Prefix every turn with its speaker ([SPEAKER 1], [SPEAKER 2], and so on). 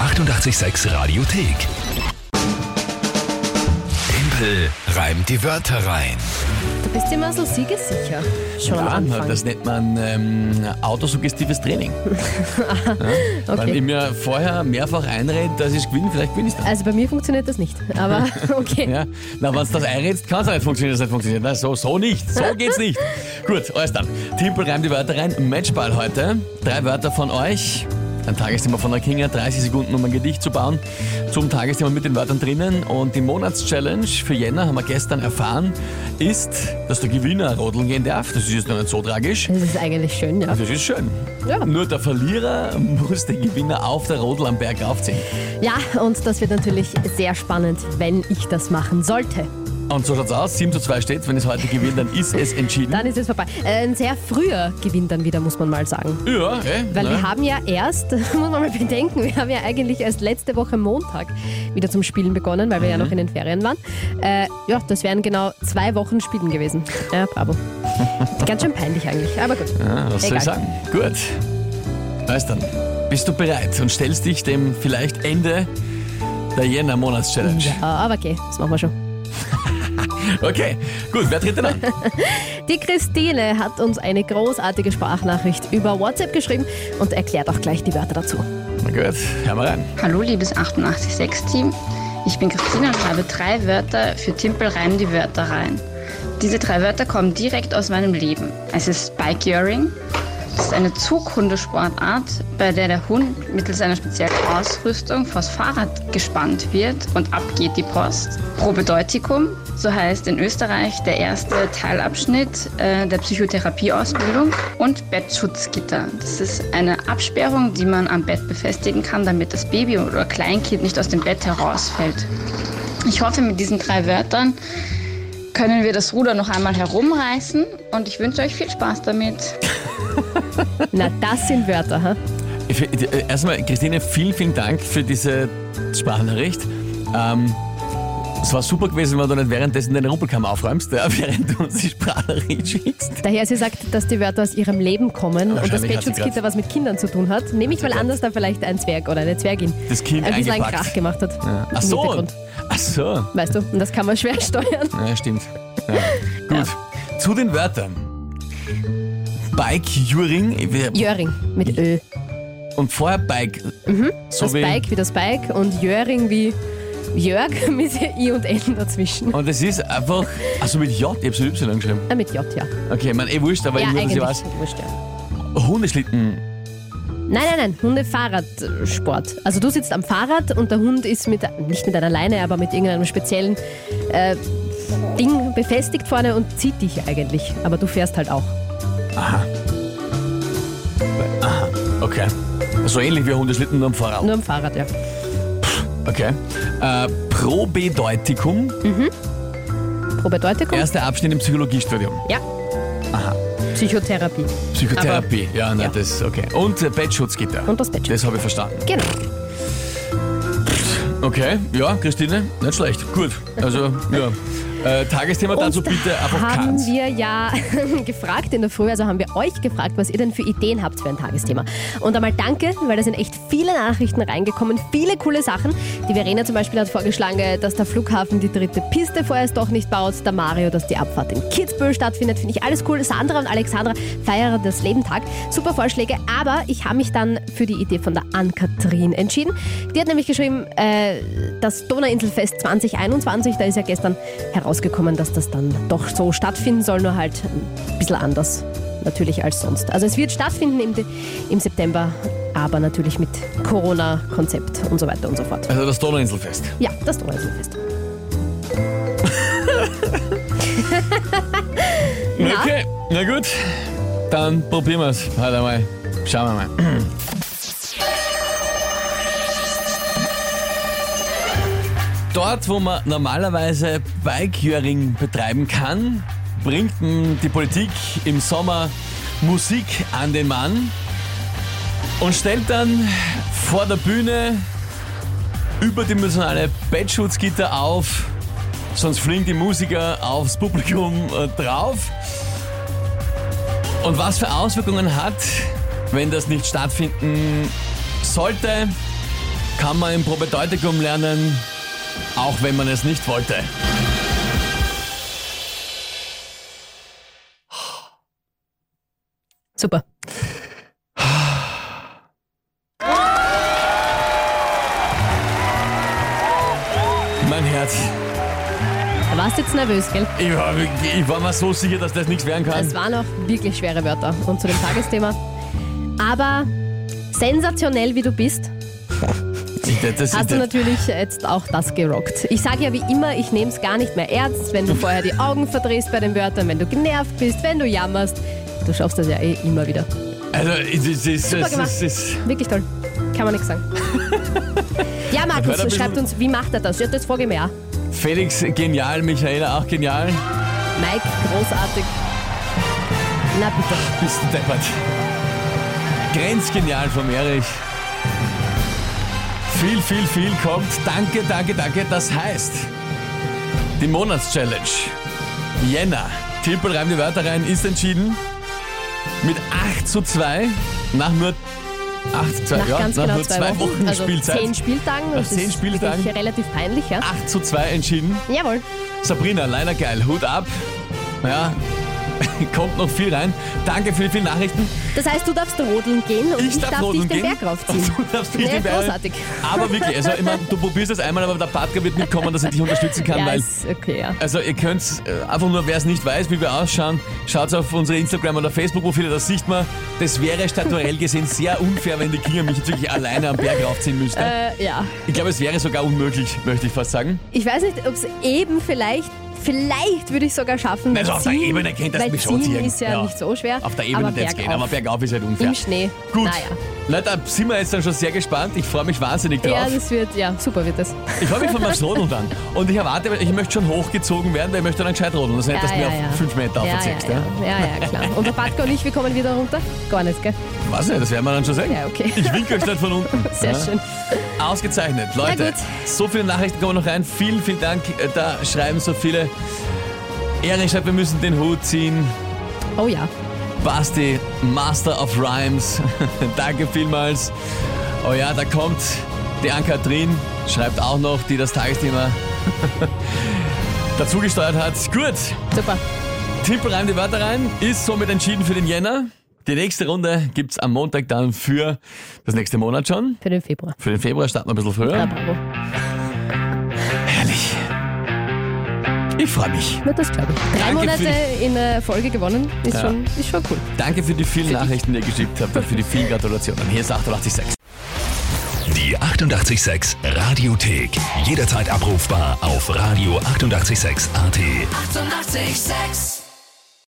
[SPEAKER 1] 886 Radiothek. Tempel reimt die Wörter rein.
[SPEAKER 2] Du bist immer so siegessicher. Schon
[SPEAKER 3] Ja,
[SPEAKER 2] am Anfang.
[SPEAKER 3] das nennt man ähm, autosuggestives Training. Weil ich
[SPEAKER 2] okay.
[SPEAKER 3] mir vorher mehrfach einrede, dass ich gewinne, vielleicht gewinne ich das.
[SPEAKER 2] Also bei mir funktioniert das nicht. Aber okay.
[SPEAKER 3] Ja? Na, wenn du das einredest, kann es nicht funktionieren, das nicht funktioniert. Na, so, so nicht, so geht's nicht. Gut, alles dann. Timpel reimt die Wörter rein. Matchball heute. Drei Wörter von euch. Ein Tagesthema von der Kinga, 30 Sekunden, um ein Gedicht zu bauen. Zum Tagesthema mit den Wörtern drinnen. Und die Monatschallenge für Jänner, haben wir gestern erfahren, ist, dass der Gewinner rodeln gehen darf. Das ist jetzt noch nicht so tragisch.
[SPEAKER 2] Das ist eigentlich schön, ja.
[SPEAKER 3] Das ist schön.
[SPEAKER 2] Ja.
[SPEAKER 3] Nur der Verlierer muss den Gewinner auf der Rodel am Berg aufziehen.
[SPEAKER 2] Ja, und das wird natürlich sehr spannend, wenn ich das machen sollte.
[SPEAKER 3] Und so schaut's aus. 7 zu 2 steht. Wenn es heute gewinnt, dann ist es entschieden.
[SPEAKER 2] Dann ist es vorbei. Äh, Ein sehr früher Gewinn dann wieder, muss man mal sagen.
[SPEAKER 3] ja, eh,
[SPEAKER 2] Weil
[SPEAKER 3] ne?
[SPEAKER 2] wir haben ja erst, muss man mal bedenken, wir haben ja eigentlich erst letzte Woche Montag wieder zum Spielen begonnen, weil wir
[SPEAKER 3] Mhm.
[SPEAKER 2] ja noch in den Ferien waren. Äh, ja, das wären genau zwei Wochen Spielen gewesen. Ja, bravo. Ganz schön peinlich eigentlich, aber gut.
[SPEAKER 3] ja, Ah, was soll
[SPEAKER 2] Egal.
[SPEAKER 3] ich sagen? Gut. Alles dann. Bist du bereit und stellst dich dem vielleicht Ende der Jänner Monatschallenge?
[SPEAKER 2] Äh, aber okay, das machen wir schon.
[SPEAKER 3] Okay, gut. Wer tritt denn an?
[SPEAKER 2] Die Christine hat uns eine großartige Sprachnachricht über WhatsApp geschrieben und erklärt auch gleich die Wörter dazu.
[SPEAKER 3] Na gut, hör mal rein.
[SPEAKER 4] Hallo, liebes 886-Team. Ich bin Christina und habe drei Wörter für Timpel rein die Wörter rein. Diese drei Wörter kommen direkt aus meinem Leben. Es ist Bikeearing. Das ist eine Zughundesportart, bei der der Hund mittels einer speziellen Ausrüstung vors Fahrrad gespannt wird und abgeht die Post. Probedeutikum, so heißt in Österreich der erste Teilabschnitt äh, der Psychotherapieausbildung und Bettschutzgitter. Das ist eine Absperrung, die man am Bett befestigen kann, damit das Baby oder Kleinkind nicht aus dem Bett herausfällt. Ich hoffe, mit diesen drei Wörtern können wir das Ruder noch einmal herumreißen und ich wünsche euch viel Spaß damit.
[SPEAKER 2] Na, das sind Wörter, ha?
[SPEAKER 3] Ich- äh, Erstmal, Christine, vielen, vielen Dank für diese Sprachnachricht. Ähm, es war super gewesen, wenn du nicht währenddessen deine Rumpelkammer aufräumst, ja, während du uns die Sprachnachricht schickst.
[SPEAKER 2] Daher sie sagt, dass die Wörter aus ihrem Leben kommen und das
[SPEAKER 3] Wahrscheinlich hat sie
[SPEAKER 2] Bettschutzgitter
[SPEAKER 3] grad-
[SPEAKER 2] was mit Kindern zu tun hat. Nehme ich mal an, dass da vielleicht ein Zwerg oder eine Zwergin
[SPEAKER 3] Das Kind
[SPEAKER 2] ein bisschen einen
[SPEAKER 3] eingepackt.
[SPEAKER 2] Krach gemacht hat.
[SPEAKER 3] Ja.
[SPEAKER 2] Im
[SPEAKER 3] Ach so,
[SPEAKER 2] Hintergrund.
[SPEAKER 3] ach so.
[SPEAKER 2] Weißt du, und das kann man schwer steuern.
[SPEAKER 3] Ja, stimmt. Ja. Gut, zu den Wörtern. Bike Juring äh, wir-
[SPEAKER 2] Jöring mit Ö.
[SPEAKER 3] und vorher Bike. So
[SPEAKER 2] Mhm. Das
[SPEAKER 3] wie,
[SPEAKER 2] Bike wie das Bike und Jöring wie Jörg mit I und N dazwischen.
[SPEAKER 3] Und es ist einfach, also mit J, ich hab's mit Y geschrieben.
[SPEAKER 2] Ah, mit J, ja.
[SPEAKER 3] Okay, man, eh wurscht, aber
[SPEAKER 2] ja,
[SPEAKER 3] ich nur, dass
[SPEAKER 2] eigentlich.
[SPEAKER 3] ich weiß.
[SPEAKER 2] Wurscht, ja.
[SPEAKER 3] Hundeschlitten,
[SPEAKER 2] Nein, nein, nein, Hunde-Fahrradsport. Also du sitzt am Fahrrad und der Hund ist mit, nicht mit einer Leine, aber mit irgendeinem speziellen äh, Ding befestigt vorne und zieht dich eigentlich. Aber du fährst halt auch.
[SPEAKER 3] okay. So ähnlich wie Hundeschlitten, nur am Fahrrad.
[SPEAKER 2] Nur am Fahrrad, ja.
[SPEAKER 3] Okay. Äh, Probedeutikum,
[SPEAKER 2] Mhm. Probedeutikum?
[SPEAKER 3] erster Abschnitt im Psychologiestudium.
[SPEAKER 2] Ja. Psychotherapie.
[SPEAKER 3] Psychotherapie, ja, na,
[SPEAKER 2] ja.
[SPEAKER 3] das ist okay. Und äh, Bettschutzgitter.
[SPEAKER 2] Und das Bettschutz.
[SPEAKER 3] Das habe ich verstanden.
[SPEAKER 2] Genau.
[SPEAKER 3] Okay, ja, Christine, nicht schlecht. Gut, also, ja. Äh, Tagesthema dazu
[SPEAKER 2] Und
[SPEAKER 3] bitte einfach
[SPEAKER 2] haben
[SPEAKER 3] keins.
[SPEAKER 2] wir ja gefragt in der Früh, also haben wir euch gefragt, was ihr denn für Ideen habt für ein Tagesthema. Und einmal danke, weil da sind echt viele Nachrichten reingekommen, viele coole Sachen. Die Verena zum Beispiel hat vorgeschlagen, äh, dass der Flughafen die dritte Piste vorerst doch nicht baut, der Mario, dass die Abfahrt in Kitzbühel stattfindet, finde ich alles cool. Sandra und Alexandra feiern das Lebentag. Super Vorschläge, aber ich habe mich dann für die Idee von der Ann-Kathrin entschieden. Die hat nämlich geschrieben, äh, das Donauinselfest 2021, da ist ja gestern herausgekommen, dass das dann doch so stattfinden soll, nur halt ein bisschen anders natürlich als sonst. Also es wird stattfinden im, De- im September, aber natürlich mit Corona-Konzept und so weiter und so fort.
[SPEAKER 3] Also das Donauinselfest.
[SPEAKER 2] Ja, das Donauinselfest. Na?
[SPEAKER 3] Okay, na gut. Dann probieren wir es halt einmal. Schauen wir mal. Dort, wo man normalerweise Bikejuring betreiben kann, bringt mm, die Politik im Sommer Musik an den Mann und stellt dann vor der Bühne überdimensionale Bettschutzgitter auf, sonst fliegen die Musiker aufs Publikum äh, drauf. Und was für Auswirkungen hat, wenn das nicht stattfinden sollte, kann man im Probedeutikum lernen, auch wenn man es nicht wollte.
[SPEAKER 2] Super.
[SPEAKER 3] Mein Herz,
[SPEAKER 2] Da warst du jetzt nervös, gell?
[SPEAKER 3] ich war, ich war mir so sicher, dass das nichts werden kann.
[SPEAKER 2] Es waren auch wirklich schwere Wörter und zu dem Tagesthema. Aber sensationell wie du bist,
[SPEAKER 3] Ich- das- das-
[SPEAKER 2] hast du
[SPEAKER 3] das-
[SPEAKER 2] natürlich jetzt auch das gerockt. Ich sage ja wie immer, ich nehme es gar nicht mehr ernst, wenn du vorher die Augen verdrehst bei den Wörtern, wenn du genervt bist, wenn du jammerst. Du schaffst das ja eh immer wieder.
[SPEAKER 3] Also, es ist. Es,
[SPEAKER 2] Super
[SPEAKER 3] es,
[SPEAKER 2] gemacht.
[SPEAKER 3] es, es,
[SPEAKER 2] Wirklich toll. Kann man nichts sagen. ja, Markus,
[SPEAKER 3] Hört ein bisschen-
[SPEAKER 2] schreibt uns, wie macht er das? Ja, das frage ich mir auch.
[SPEAKER 3] Felix genial, Michaela auch genial.
[SPEAKER 2] Mike, großartig. Na bitte.
[SPEAKER 3] Bist du deppert. Grenzgenial vom Erich. Viel, viel, viel kommt. Danke, danke, danke. Das heißt, die Monatschallenge. Jänner. Tippel reimt die Wörter rein, ist entschieden. Mit 8 zu 2 nach nur 8, 2,
[SPEAKER 2] Nach
[SPEAKER 3] Äh, ja,
[SPEAKER 2] ganz
[SPEAKER 3] nach
[SPEAKER 2] genau
[SPEAKER 3] nur
[SPEAKER 2] zwei,
[SPEAKER 3] zwei Wochen,
[SPEAKER 2] also
[SPEAKER 3] Spielzeit.
[SPEAKER 2] Zehn Spieltagen.
[SPEAKER 3] Nach
[SPEAKER 2] das
[SPEAKER 3] zehn
[SPEAKER 2] ist
[SPEAKER 3] Spieltagen. Ah.
[SPEAKER 2] wirklich relativ peinlich, ja.
[SPEAKER 3] 8 zu 2 entschieden.
[SPEAKER 2] Jawohl.
[SPEAKER 3] Sabrina, leider geil. Hut ab. Ja, kommt noch viel rein. Danke für die vielen Nachrichten.
[SPEAKER 2] Das heißt, du darfst rodeln gehen und ich, darf dich
[SPEAKER 3] rodeln
[SPEAKER 2] den Berg raufziehen.
[SPEAKER 3] Und Du darfst dich
[SPEAKER 2] Ja,
[SPEAKER 3] den Berg
[SPEAKER 2] großartig.
[SPEAKER 3] Aber wirklich, also ich meine, du probierst es einmal, aber der Patka wird mitkommen, dass er dich unterstützen kann,
[SPEAKER 2] ja,
[SPEAKER 3] weil.
[SPEAKER 2] ist okay, ja.
[SPEAKER 3] Also ihr könnt äh, einfach nur, wer es nicht weiß, wie wir ausschauen, schaut auf unsere Instagram oder Facebook-Profile, da sieht man, das wäre statuell gesehen sehr unfair, wenn die Kinga mich jetzt wirklich alleine am Berg raufziehen müsste.
[SPEAKER 2] Äh, ja.
[SPEAKER 3] Ich glaube, es wäre sogar unmöglich, möchte ich fast sagen.
[SPEAKER 2] Ich weiß nicht, ob es eben vielleicht, vielleicht würde ich sogar schaffen.
[SPEAKER 3] Also
[SPEAKER 2] weil
[SPEAKER 3] auf der
[SPEAKER 2] ziehen-
[SPEAKER 3] Ebene kennt das
[SPEAKER 2] weil
[SPEAKER 3] mich schon
[SPEAKER 2] ziehen
[SPEAKER 3] ziehen.
[SPEAKER 2] ist ja,
[SPEAKER 3] Ja.
[SPEAKER 2] nicht so schwer.
[SPEAKER 3] Auf der Ebene
[SPEAKER 2] aber
[SPEAKER 3] jetzt gehen,
[SPEAKER 2] bergauf.
[SPEAKER 3] aber bergauf ist halt unfair.
[SPEAKER 2] Im Schnee.
[SPEAKER 3] Gut.
[SPEAKER 2] Naja.
[SPEAKER 3] Leute, da sind wir jetzt dann schon sehr gespannt. Ich freue mich wahnsinnig drauf.
[SPEAKER 2] Ja, das wird, ja, super wird das.
[SPEAKER 3] Ich freue mich von meinem Rodeln dann. Und ich erwarte, weil ich möchte schon hochgezogen werden, weil ich möchte dann gescheit rodeln. Das ist nicht, dass du mir auf 5 Meter
[SPEAKER 2] ja,
[SPEAKER 3] aufziehst.
[SPEAKER 2] ja, ja. ja, ja, klar. Und der Patka und ich, wir kommen wieder runter? Gar nicht, gell?
[SPEAKER 3] Weiß nicht, das werden wir dann schon sehen.
[SPEAKER 2] Ja, okay.
[SPEAKER 3] Ich winke euch dann von unten.
[SPEAKER 2] Sehr
[SPEAKER 3] Ja.
[SPEAKER 2] schön.
[SPEAKER 3] Ausgezeichnet.
[SPEAKER 2] Na
[SPEAKER 3] Leute,
[SPEAKER 2] gut.
[SPEAKER 3] so viele Nachrichten kommen noch rein. Vielen, vielen Dank. Äh, Da schreiben so viele. Erich schreibt, wir müssen den Hut ziehen.
[SPEAKER 2] Oh ja.
[SPEAKER 3] Basti, Master of Rhymes. Danke vielmals. Oh ja, da kommt die Ann-Kathrin, schreibt auch noch, die das Tagesthema dazugesteuert hat. Gut,
[SPEAKER 2] Super.
[SPEAKER 3] Tipp rein die Wörter rein, ist somit entschieden für den Jänner. Die nächste Runde gibt's am Montag dann für das nächste Monat schon.
[SPEAKER 2] Für den Februar.
[SPEAKER 3] Für den Februar starten wir ein bisschen
[SPEAKER 2] Ja,
[SPEAKER 3] früher.
[SPEAKER 2] bravo.
[SPEAKER 3] Herrlich. Ich freue mich.
[SPEAKER 2] Na, das glaube ich. Drei
[SPEAKER 3] Danke
[SPEAKER 2] Monate
[SPEAKER 3] für
[SPEAKER 2] in äh, Folge gewonnen, ist,
[SPEAKER 3] Ja.
[SPEAKER 2] schon, ist schon cool.
[SPEAKER 3] Danke für die vielen Nachrichten, die ihr geschickt habt und für die vielen Gratulationen. Hier ist 886.
[SPEAKER 1] Die 886 Radiothek. Jederzeit abrufbar auf radio886.at. 886! 886.
[SPEAKER 5] 886